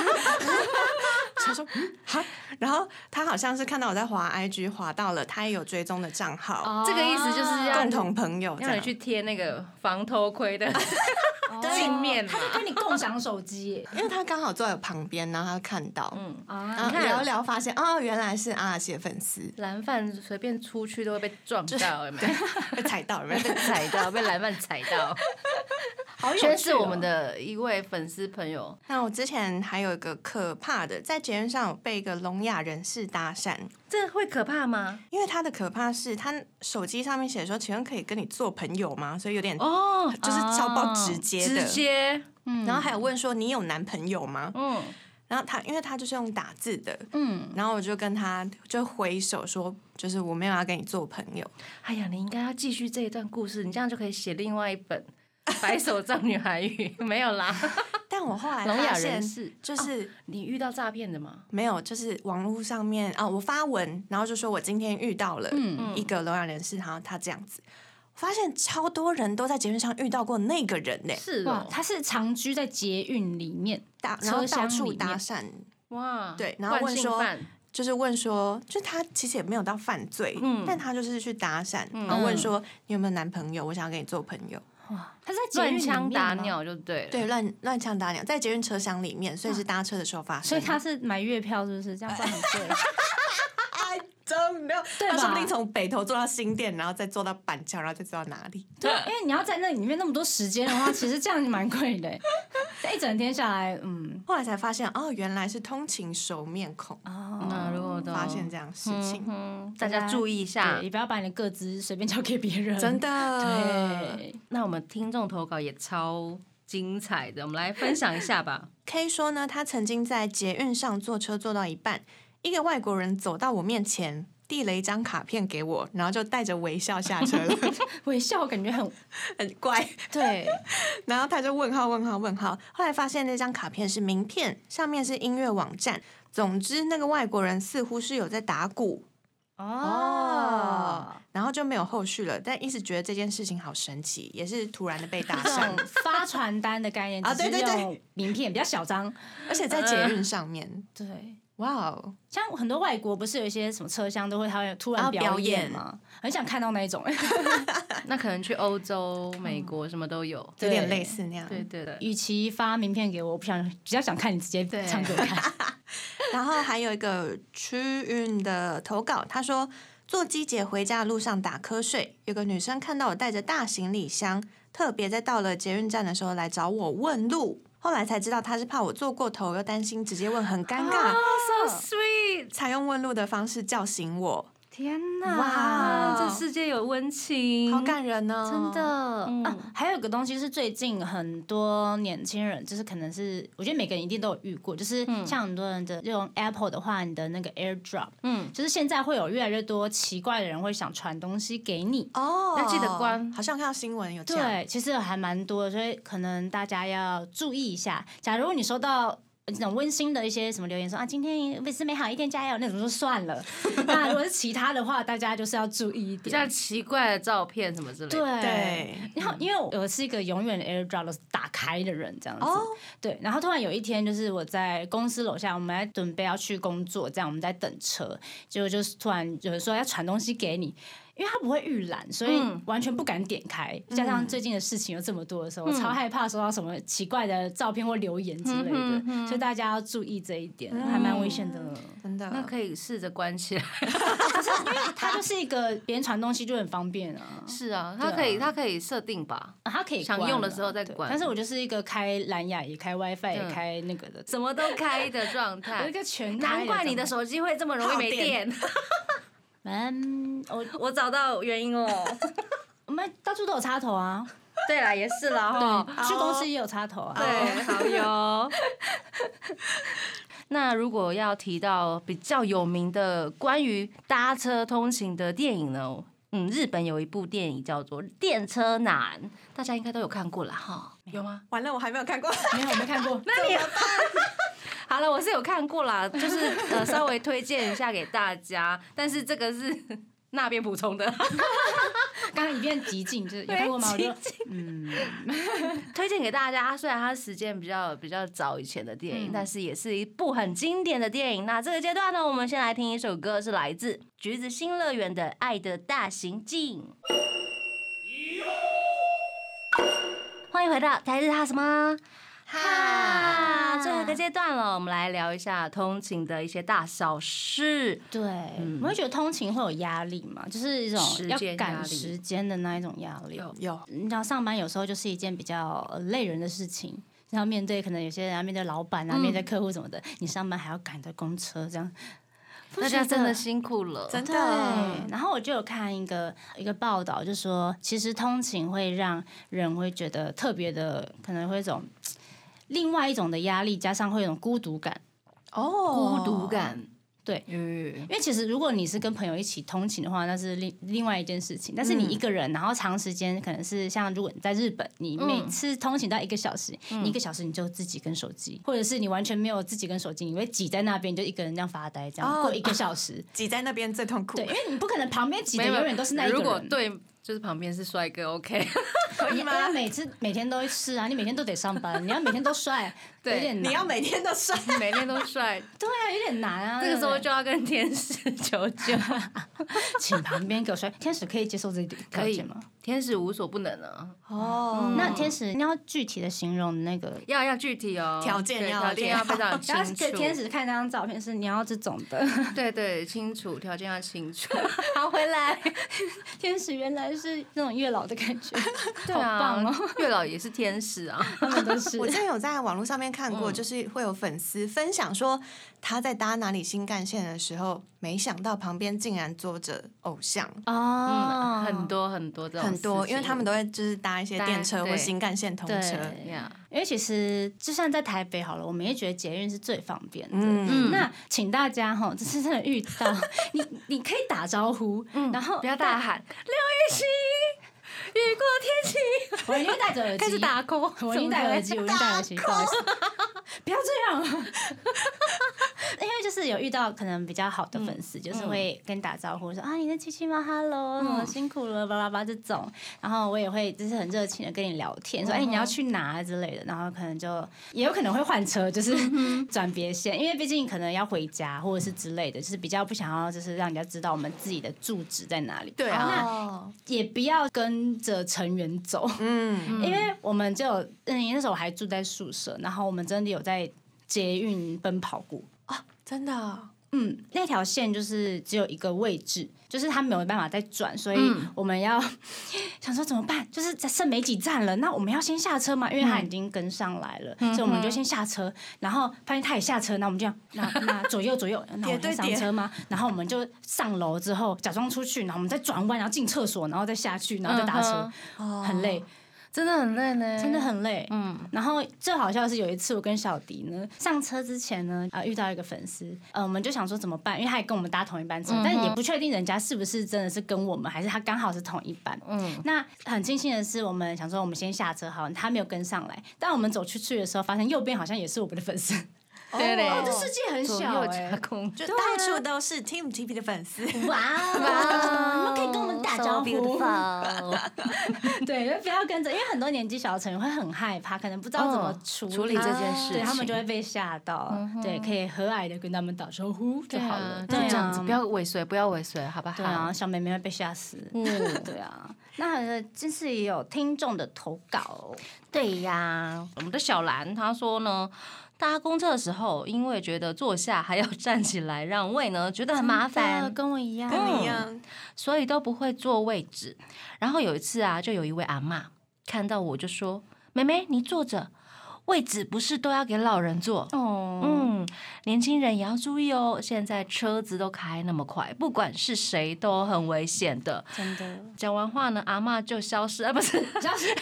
想说嗯哈，然后她好像是看到我在滑 IG，滑到了她也有追踪的账号，
这个意思就是哦要
共同朋友这
让
样
你去贴那个防偷窥的镜
镜
面嘛
他。在跟哦你共享手机耶
因为他刚好坐在我旁边，然后他看到，嗯，然
啊！
后聊一聊发现哦，原来是阿谢粉丝，
蓝饭随便出去都会被撞到，有没有？
被 踩到了没 有？
被踩到，被蓝饭踩 到。
好有趣哦
轩是我们的一位粉丝朋友，
那我之前还有一个可怕的，在节目上有被一个聋哑人士搭讪，
这会可怕吗？
因为他的可怕是他手机上面写说，请问可以跟你做朋友吗？所以有点
哦，
就是超爆直接的，
直接，
然后还有问说你有男朋友吗？
嗯，
然后他因为他就是用打字的，
嗯，
然后我就跟他就挥手说，就是我没有要跟你做朋友，
哎呀，你应该要继续这一段故事，你这样就可以写另外一本《白手杖女孩语》。没有啦，
但我后来
聋哑
发
人
现
士
就是。
你遇到诈骗的吗？
没有，就是网络上面啊、我发文，然后就说我今天遇到了
嗯
一个聋哑人士，然后他这样子，我发现超多人都在节目上遇到过那个人呢、
是
哇
哦，，
他是长居在捷运里面，
搭
车
然后到
厢
处
里面
搭讪，
哇，
对然后
惯
问
性
说
犯
就是问说，就他其实也没有到犯罪，但他就是去搭讪，然
嗯
后问说你有没有男朋友，我想要跟你做朋友。
他在捷运
乱
里
枪
面
打
吗，
鸟就对了。
对，啊乱乱枪打鸟，在捷运车厢里面，所以是搭车的时候发生的。
所以他是买月票是不是？这样不然很贵。
真 没有，
对
他说
吧
不定从北投坐到新店，然后再坐到板桥，然后再坐到哪里？
对，因为你要在那里面那么多时间的话，其实这样蛮贵的欸。但一整天下来，嗯，
后来才发现，哦，原来是通勤熟面孔，
哦嗯
那嗯如果都
发现这样的事情，
嗯，大家注意一下
对，。也不要把你的个资随便交给别人。
真的。
对，
那我们听众投稿也超精彩的，我们来分享一下吧。
K 说呢，他曾经在捷运上坐车坐到一半，一个外国人走到我面前，递了一张卡片给我，然后就带着微笑下车了，
微笑感觉很
很怪。
对，
然后他就问号问号问号，后来发现那张卡片是名片，上面是音乐网站。总之，那个外国人似乎是有在打鼓哦，然后就没有后续了。但一直觉得这件事情好神奇，也是突然的被搭
这
讪
种，发传单的概念
啊
只是
对对对
用名片比较小张。
而且在捷运上
嗯
面，
对，
哇哦！
像很多外国不是有一些什么车厢都会他会突
啊
然
表
表演
演
吗？很想看到那一种。
那可能去欧洲、美国什么都有。
有点
对
类似那样。
对对对，
与其发名片给我，我不想比较想看你直接
对
唱给我 看。
然后还有一个区运的投稿，他说坐机姐回家的路上打瞌睡，有个女生看到我带着大行李箱，特别在到了捷运站的时候来找我问路。后来才知道她是怕我坐过头，又担心直接问很尴尬，
Oh, 嗯 sweet，
才用问路的方式叫醒我。
天
哇
哇，这世界有温情，
好感人哦！
真的、啊
嗯！
还有一个东西是最近很多年轻人，就是可能是我觉得每个人一定都有遇过，就是
嗯
像很多人的用 Apple 的话，你的那个 AirDrop，嗯，就是现在会有越来越多奇怪的人会想传东西给你。
哦，
要记得关
好像看到新闻有这样。
对，其实还蛮多的，所以可能大家要注意一下。假如你收到这种温馨的一些什么留言说啊，今天为是美好一天，加油那种就算了。那如果是其他的话，大家就是要注意一
比较
点。
奇怪的照片什么之类的。
对
对
嗯
然后，因为我是一个永远 AirDrop 都是打开的人，这样子。
哦
对，然后突然有一天，就是我在公司楼下，我们在准备要去工作，这样我们在等车，结果就是突然有人说要传东西给你，因为他不会预览，所以
嗯
完全不敢点开。加上最近的事情有这么多的时候，
嗯
我超害怕收到什么奇怪的照片或留言之类的，
嗯哼嗯
所以大家要注意这一点，还蛮危险的。
真的。
那可以试着关起来。
可是因为它就是一个别人传东西就很方便啊。
是啊，它可以，它可以设定吧，
啊它可以
想
关
用
了
的时候再
对
关
但是我就是一个开蓝牙也开 WiFi 也
嗯
开那个的，
什么都开的 状
有一
态。
个全开
难怪你的
状
手
态。
机会这么容易没电，
嗯，我
我找到原 因哦。
我们到处都有插头啊，
对啦，也是啦哈。
去公司也有插头啊。
哦对，好哟。 那如果要提到比较有名的关于搭车通勤的电影呢？嗯，日本有一部电影叫做《电车男》，大家应该都有看过了哈，有吗？
完了，我还没有看过。
没有，我没 看过。
那你好了，我是有看过啦，就是呃稍微推荐一下给大家，但是这个是 那边补充的，
刚刚一片极静，就是有看过吗？我就嗯，
推荐给大家。虽然它时间比较比较早以前的电影，
嗯
但是也是一部很经典的电影。那这个阶段呢，我们先来听一首歌，是来自橘子新乐园的《爱的大行径》。欢迎回到台日哈什么？哈，最后一个阶段了，我们来聊一下通勤的一些大小事。
对，你会觉得通勤会有压力嘛？就是一种
时间
要
压
赶
力
时间的那一种压力。
有
你知道上班有时候就是一件比较呃累人的事情，然后面对可能有些人要面对老板啊，
嗯
面对客户什么的，你上班还要赶着公车这样。
大家真的
是
辛苦了，
真
对
的，，
然后我就有看一个一个报道，就说其实通勤会让人会觉得特别的，可能会有一种嘖另外一种的压力，加上会有一种孤独感。
哦，
孤独感。
对
嗯，
因为其实如果你是跟朋友一起通勤的话，那是另另外一件事情。但是你一个人，然后长时间，可能是像如果你在日本，你每次通勤到一个小时，你一个小时你就自己跟手机，或者是你完全没有自己跟手机，你会挤在那边，你就一个人这样发呆，这样、
哦
过一个小时。
挤在那边最痛苦
对，。因为你不可能旁边挤的永远都是那一个人。啊
如果对就是旁边是帅哥，OK，
可以
你
吗？
要每次每天都吃啊，你每天都得上班，你要每天都 帅，
对
有点
你
难。
要每天都帅，
每天都 帅，
对啊，有点难啊。
这个时候
对不对
就要跟天使求救。
请旁边给我帅，天使可以接受这一点条
可以
件吗？
天使无所不能啊，
哦
嗯那天使你要具体的形容那个。
要要具体哦，
条件
对
要
条件要非常 清
然后
楚。
给天使看那张照片是你要这种 的，
对对清楚，条件要清楚。
好回来。 天使原来是那种月老的感 觉，
对
好
啊
棒哦！，
月老也是天使啊。
他们都 是
我之前有在网络上面看
嗯
过，就是会有粉丝分享说他在搭哪里新干线的时候，没想到旁边竟然坐着偶像。
哦
嗯，很多很多这种
很多，
事情
因为他们都会就是搭一些
搭
电车
对
或新干线通车，
对，
呀，
因为其实就算在台北好了，我们也觉得捷运是最方便的。
嗯，
那请大家哈，这次真的遇到 你，你可以打招呼，然后
嗯不要大喊六一七雨过天晴，
我一定戴着耳机，
开始打 call，
我一定戴耳机，我一定戴耳机，不 好意思，不要这样。 因为就是有遇到可能比较好的粉
嗯
丝，就是会跟你打招呼说、啊，你是七七吗？Hello，、什么
嗯
辛苦了，巴拉巴拉这种。然后我也会就是很热情的跟你聊天，
嗯
说哎、你要去哪之类的。然后可能就也有可能会换车，就是
嗯
转别线，因为毕竟可能要回家或者是之类的，就是比较不想要就是让人家知道我们自己的住址在哪里。
对啊，
哦，
也不要跟着成员走，
嗯，
因为我们就有，嗯，那时候我还住在宿舍，然后我们真的有在捷运奔跑过。
真的哦，
嗯，那条线就是只有一个位置，就是它没有办法再转，所以
嗯
我们要、 想说怎么办？就是只剩没几站了，那我们要先下车嘛，因为
嗯
他已经跟上来了，所以我们就先下车。然后发现他也下车，那我们就这样，那那左右左右，那我
叠
们
对
先上
叠
车吗？然后我们就上楼之后假装出去，然后我们再转弯，然后进厕所，然后再下去，
嗯
然后再搭车，很
哦
累。
真的很累呢，
真的很累。嗯，然后最好笑的是有一次我跟小迪呢上车之前呢，啊、遇到一个粉丝，呃，我们就想说怎么办，因为他也跟我们搭同一班车，但也不确定人家是不是真的是跟我们，还是他刚好是同一班。嗯，那很庆幸的是，我们想说我们先下车好了，他没有跟上来，但我们走出去的时候，发现右边好像也是我们的粉丝，
对嘞
哦
这世界很
左
小
右
哎、
夹攻，
就到处都是 Team TP 的粉丝，
哇哦，可以跟我们打招呼。 对，就不要跟着，因为很多年纪小的成员会很害怕，可能不知道怎么
嗯
处理、
处理这件事情
对他们就会被吓到。对，可以和蔼的跟他们打招呼
嗯
就
对
好
啊
了，，
就
对啊
这样子，不。要尾随，不要尾随，好不好？
对啊，小妹妹会被吓死。嗯， 对啊。那还有这次也有听众的投稿哦、
对呀，我们的小兰她说呢。搭公车的时候，因为觉得坐下还要 站起来让位呢，觉得很麻
真的
烦，
跟我一样。
跟你一
嗯
样，
所以都不会坐位置。然后有一次啊，就有一位阿嬷看到我就说：“妹妹，你坐着，位置不是都要给老人坐？”
哦，
嗯，年轻人也要注意哦。现在车子都开那么快，不管是谁都很危险的。
真的。
讲完话呢，阿嬷就消失，啊，不是
只要是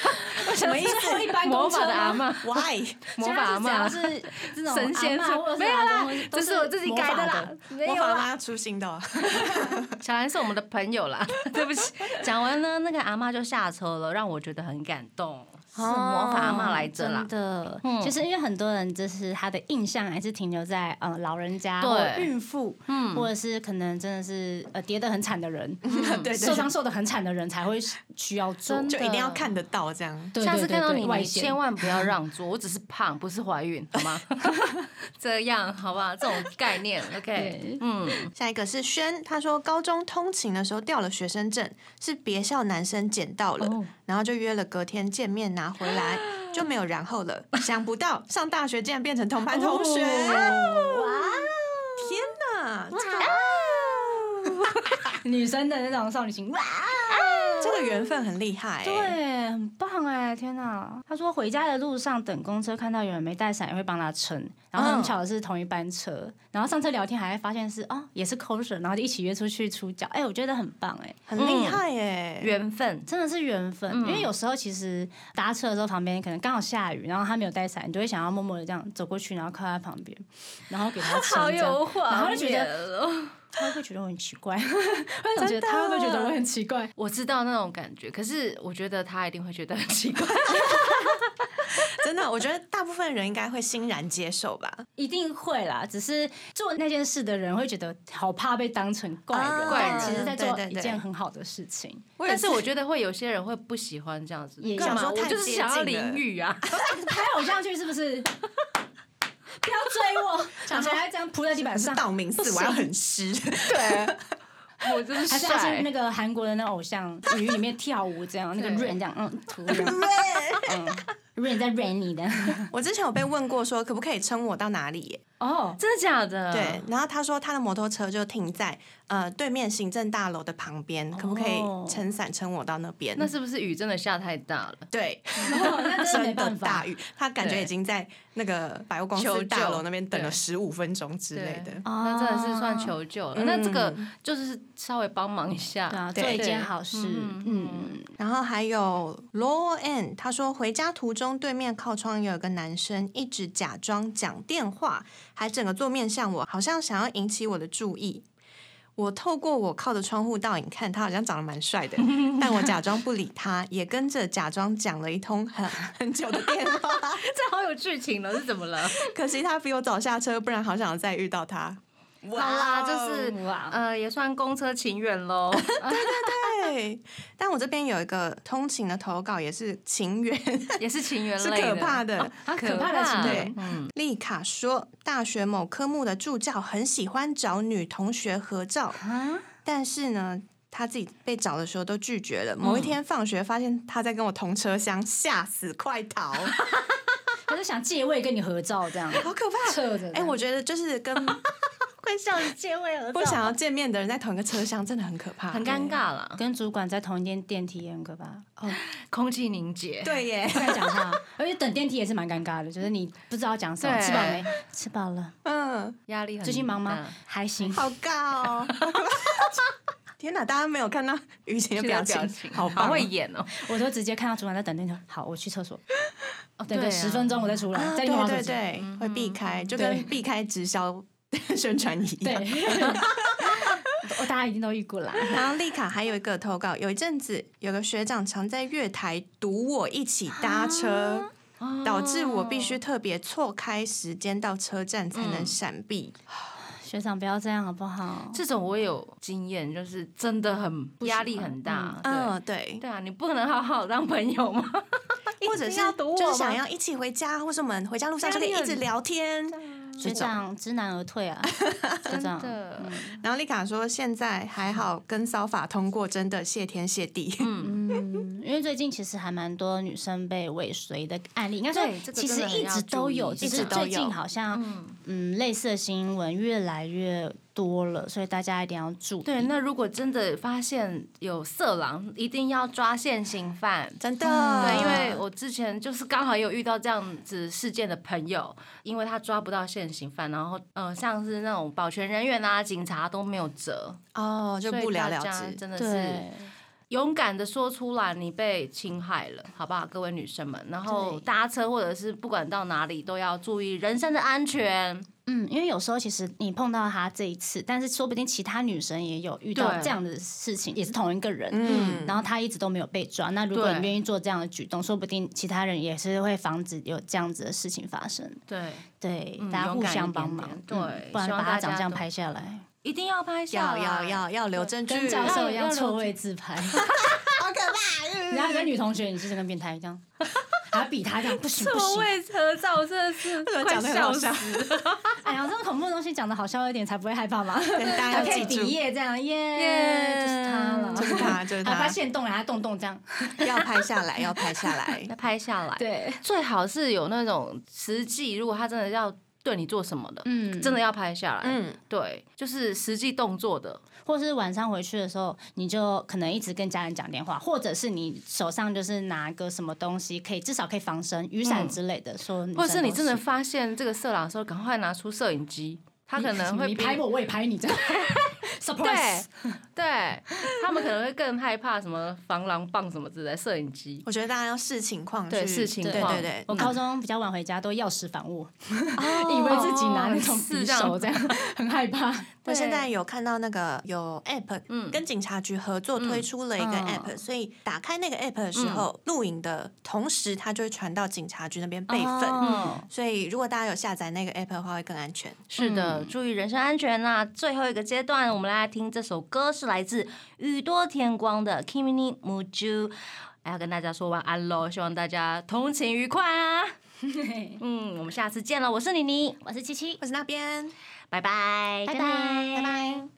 什么意思？一 般
魔
公车
法的阿
吗？
嬷，
Why？
魔法阿
只要
嬷
是这种
神仙
阿嬷或者是
没有
阿
啦
公或者，
这是我自己
魔
改
法
的
的
啦， 没
魔
有啊
法
啦。
妈出新的哦，
小兰是我们的朋友 啦，对不起。讲完呢，那个阿嬷就下车了，让我觉得很感动，是魔法阿嬷来着啦
哦
嗯
真。的，就是因为很多人就是他的印象还是停留在呃老人家、
对嗯
或孕妇，或者是可能真的是呃跌得很惨的 人，嗯
对
受
对，
伤受得很惨的人才会需要做。
就一定要看得到这样。
对
下
对
次
对
看到
对
你，
外
你
显
千万不要让座，我只是胖，不是怀孕，好 吗？这样好不好？这种概念，OK，
对
嗯，
下一个是轩，他说高中通勤的时候掉了学生证，是别校男生捡到了，
哦
哦
然后就约了隔天见面拿回来，就没有然后了。想不到上大学竟然变成同班同学，啊天哪！
女生的那种少女心，哇，
这个缘分很厉害、欸，
对，很棒哎，天哪！他说回家的路上等公车，看到有人没带伞，也会帮他撑。然
嗯
后很巧的是同一班车，然后上车聊天还会发现是哦也是 coser，然后就一起约出去出脚。哎，我觉得很棒哎。
很厉害欸耶、
缘分，
真的是缘分，因为有时候其实搭车的时候旁边可能刚好下雨，然后他没有带伞，你就会想要默默的这样走过去，然后靠在他旁边，然后给他 撑，这样然后就觉得
得
他会不会觉得我很奇怪？ 会总觉得他会不会觉得我很奇怪？
我知道那种感觉，可是我觉得他一定会觉得很奇怪。
真的，我觉得大部分人应该会欣然接受吧。
一定会啦，只是做那件事的人会觉得好怕被当成怪人，
啊
但其实在做
对对
一
对
件很好的事情。
我也
但
是
是我觉得会有些人会不喜欢这样子
也，
干
想
嘛？
说
我
太
就是
接
想要
近了
淋雨啊，
拍偶像剧是不是？ 不要追我，想起来这样扑在地板上，
道明寺我要很湿，
我就是
还是他
帅
是那个韩国的那偶像雨里面跳舞这样，那个
对
rain 这样，嗯，涂这样，
Oh
嗯，rain 在 rain 你的，
我之前有被问过说可不可以撑我到哪里耶、
哦，
真的假的？
对，，然后他说他的摩托车就停在呃对面行政大楼的旁边，可不可以
哦
撑伞撑我到那边？
那是不是雨真的下太大了？
对，
那真的没
真的
办法
大。雨，他感觉
对
已经在那个百货公
求
司
救
大楼那边等了
对
十五分钟之类的
对。那真的
哦
是算求救了。那这个
嗯
就是稍微帮忙一下，
对啊，
对
做一件好事，
嗯
嗯，
然后还有 Law N，他说回家途中对面靠窗有一个男生一直假装讲电话，还整个坐面向我，好像想要引起我的注意。我透过我靠的窗户倒影看他，好像长得蛮 帅的，但我假装不理他，也跟着假装讲了一通很很久的电话。
这好有剧情了，是怎么了？
可惜他比我早下车，不然好想再遇到他。
好啦，就是
哦哇
呃，也算公车情缘 喽。
对，但我这边有一个通勤的投稿，也是情缘，
也是情缘
是
类
可怕的。
啊
可怕的情
缘
嗯，
丽卡说，大学某科目的助教很喜欢找女同学合照，但是呢，他自己被找的时候都拒绝了。
嗯
某一天放学，发现他在跟我同车厢，吓死，快 逃！好
他就想借位跟你合照这样，
可怕！
侧着。
哎、我觉得就是 跟
会笑你借位而
不想要见面的人在同一个车厢，真的很可怕，
很尴。尬啦，
跟主管在同一间电梯也很可怕，
空气凝结。
对耶，
不敢讲话，而且等电梯也是蛮尴尬的，就是你不知道讲什么，
对
吃饱没？吃饱了，
嗯，
压力很大。
最近忙吗？
嗯
还行。
好尬哦。天哪！大家没有看到雨晴的
这个
表
表
情
情，
好棒
好
哦
会演哦。
我都直接看到主管在等电梯，好，我去厕所，等
对啊
个哦十分钟我再出来，
啊！
再
对
用
对对，会避开，就
对
嗯
跟避开直销宣传一样。
对，我大家一定都遇过啦。
然后丽卡还有一个投稿，有一阵子有个学长常在月台堵我一起搭车，
啊
导致我必须特别错开时间到车站才能闪避。
学长不要这样好不好？
这种我有经验，就是真的很
喜欢
压力很大。
嗯，
对
对，
对啊，你不能好好当朋友吗？
或者是
要堵我
就是
吗
想要一起回家，或是我们回家路上就可以
压力
一
很
直聊天。
啊
学长知难而 退啊，学长。
的
然后丽卡说，现在还好跟骚法通过，真的谢天谢地。
嗯，因为最近其实还蛮多女生被尾随的案例，应该说
对这个
其实
真的很
一直
要
都
注意
有，
一
只
直
是
都
最近
有
好像嗯类似的新闻越来越多了，所以大家一定要注意。
对，那如果真的发现有色狼，一定要抓现行犯。
真的，
嗯对，因为
嗯
我之前就是刚好有遇到这样子事件的朋友，因为他抓不到现行犯，然后嗯、呃像是那种保全人员啊、警察都没有责，
哦，就
所以
不了
大
了
家
之。
真的是
对，
勇敢的说出来，你被侵害了，好不好，各位女生们？然后
对
搭车或者是不管到哪里都要注意人身的安全，
嗯，因为有时候其实你碰到他这一次，但是说不定其他女生也有遇到
对
这样的事情，也是同一个人，
嗯
然后他一直都没有被抓。那如果
对
你愿意做这样的举动，说不定其他人也是会防止有这样子的事情发生。
对，
对，
嗯
大家
勇
互
敢一
相
点
帮
点
忙，
对
嗯不然
希望
把他
大
长
家
这样
都
拍下来，
一定要拍下
要
来，
要要要留证据，
跟教授一样
哎要
错位 自拍，好可怕！
嗯
然后跟女同学，你就是跟变态一样，还比他这样，不行
错
不行。
位合照真的 是
么
快
讲得很
笑
好
死
笑，
哎呀，这种恐怖的东西讲的好笑一点，才不会害怕嘛。
对大家
还
要
可以
记住
比，耶，这样耶，
耶
就是他了，
就是他，就
还
是他
发，现动了，还动动这样，
要拍下来，要拍下来。
要拍下来，
对，
最好是有那种实际，如果他真的要对你做什么的，
嗯，
真的要拍下来，
嗯，
对，就是实际动作的，
或是晚上回去的时候，你就可能一直跟家人讲电话，或者是你手上就是拿个什么东西，可以至少可以防身，雨伞之类的，说女生都，
或者是你真的发 现这个色狼的时候，赶快拿出摄影机，他可能会
你
比
拍我，我也拍你，这样 surprise
对。对，他们可能会更害怕什么防狼棒什么之类，摄影机。
我觉得大家要视情况
对
去
视情
对
况
对对，
我
嗯
高
哦
中比较晚回家，都钥匙反握， 以为自己拿那种匕
是这样
哦首这样，很害怕。
我现在有看到那个有 app，跟警察局合作推出了一个
嗯
app，、所以打开那个 app 的时候，录影的同时它就会传到警察局那边备份。
哦
嗯，
所以如果大家有下载那个 app 的话，会更安全。
是的，
注意人身安全啦、最后一个阶段，我们来听这首歌，是来自宇多田光的《Kimi ni Muju》，还要跟大家说晚安喽，希望大家通勤愉快 啊！嗯，我们下次见了，我是妮妮，
我是七七，
我是那边。
拜拜，
拜拜
拜拜。